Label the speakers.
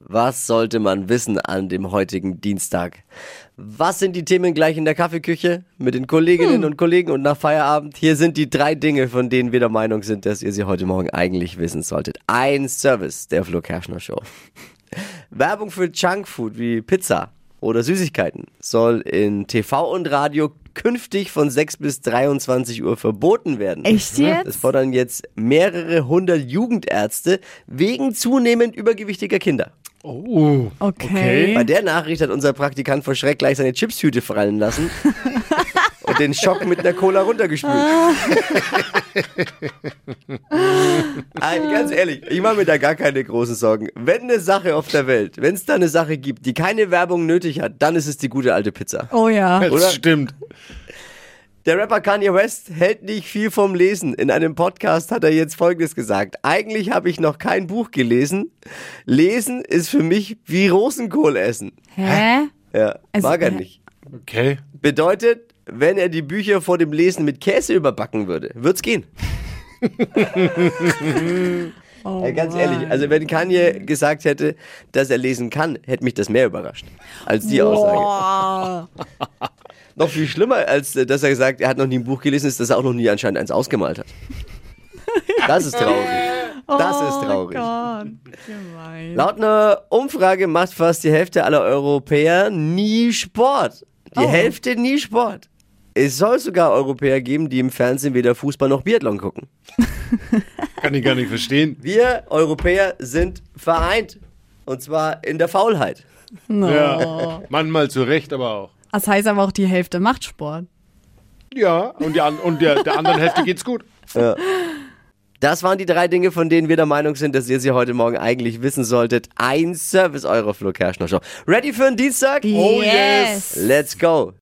Speaker 1: Was sollte man wissen an dem heutigen Dienstag? Was sind die Themen gleich in der Kaffeeküche mit den Kolleginnen
Speaker 2: Hm.
Speaker 1: und Kollegen und nach Feierabend? Hier sind die drei Dinge, von denen wir der Meinung sind, dass ihr sie heute Morgen eigentlich wissen solltet. Ein Service der Flo Kerschner Show. Werbung für Junkfood wie Pizza oder Süßigkeiten soll in TV und Radio künftig von 6 bis 23 Uhr verboten werden.
Speaker 2: Echt jetzt?
Speaker 1: Das fordern jetzt mehrere hundert Jugendärzte wegen zunehmend übergewichtiger Kinder.
Speaker 3: Oh.
Speaker 2: Okay.
Speaker 1: Bei der Nachricht hat unser Praktikant vor Schreck gleich seine Chipstüte fallen lassen und den Schock mit einer Cola runtergespült.
Speaker 2: Ah.
Speaker 1: Nein, ganz ehrlich, ich mache mir da gar keine großen Sorgen. Wenn eine Sache auf der Welt, wenn es da eine Sache gibt, die keine Werbung nötig hat, dann ist es die gute alte Pizza.
Speaker 2: Oh ja.
Speaker 3: Das
Speaker 1: Oder?
Speaker 3: stimmt.
Speaker 1: Der Rapper Kanye West hält nicht viel vom Lesen. In einem Podcast hat er jetzt Folgendes gesagt. Eigentlich habe ich noch kein Buch gelesen. Lesen ist für mich wie Rosenkohl essen.
Speaker 2: Hä?
Speaker 1: Ja,
Speaker 2: Also,
Speaker 1: mag er
Speaker 2: äh,
Speaker 1: nicht.
Speaker 3: Okay.
Speaker 1: Bedeutet, wenn er die Bücher vor dem Lesen mit Käse überbacken würde, wird's gehen.
Speaker 2: Oh,
Speaker 1: Äh, ganz
Speaker 2: Mann.
Speaker 1: ehrlich, also wenn Kanye gesagt hätte, dass er lesen kann, hätte mich das mehr überrascht als die Aussage.
Speaker 2: Boah.
Speaker 1: Noch viel schlimmer, als äh, dass er gesagt, er hat noch nie ein Buch gelesen, ist, dass er auch noch nie anscheinend eins ausgemalt hat. Das ist traurig. Das ist traurig.
Speaker 2: Oh Gott. Gemein.
Speaker 1: Laut einer Umfrage macht fast die Hälfte aller Europäer nie Sport. Die
Speaker 2: Oh.
Speaker 1: Hälfte nie Sport. Es soll sogar Europäer geben, die im Fernsehen weder Fußball noch Biathlon gucken.
Speaker 3: Kann ich gar nicht verstehen.
Speaker 1: Wir Europäer sind vereint. Und zwar in der Faulheit.
Speaker 2: No.
Speaker 3: Ja. Manchmal zu Recht, aber auch.
Speaker 2: Das heißt aber auch, die Hälfte macht Sport.
Speaker 3: Ja, und, die an, und der, der anderen Hälfte geht's gut.
Speaker 1: Das waren die drei Dinge, von denen wir der Meinung sind, dass ihr sie heute Morgen eigentlich wissen solltet. Ein Service eurer Flo Kerschner Show. Ready für den Dienstag?
Speaker 2: Oh yes.
Speaker 1: Let's go.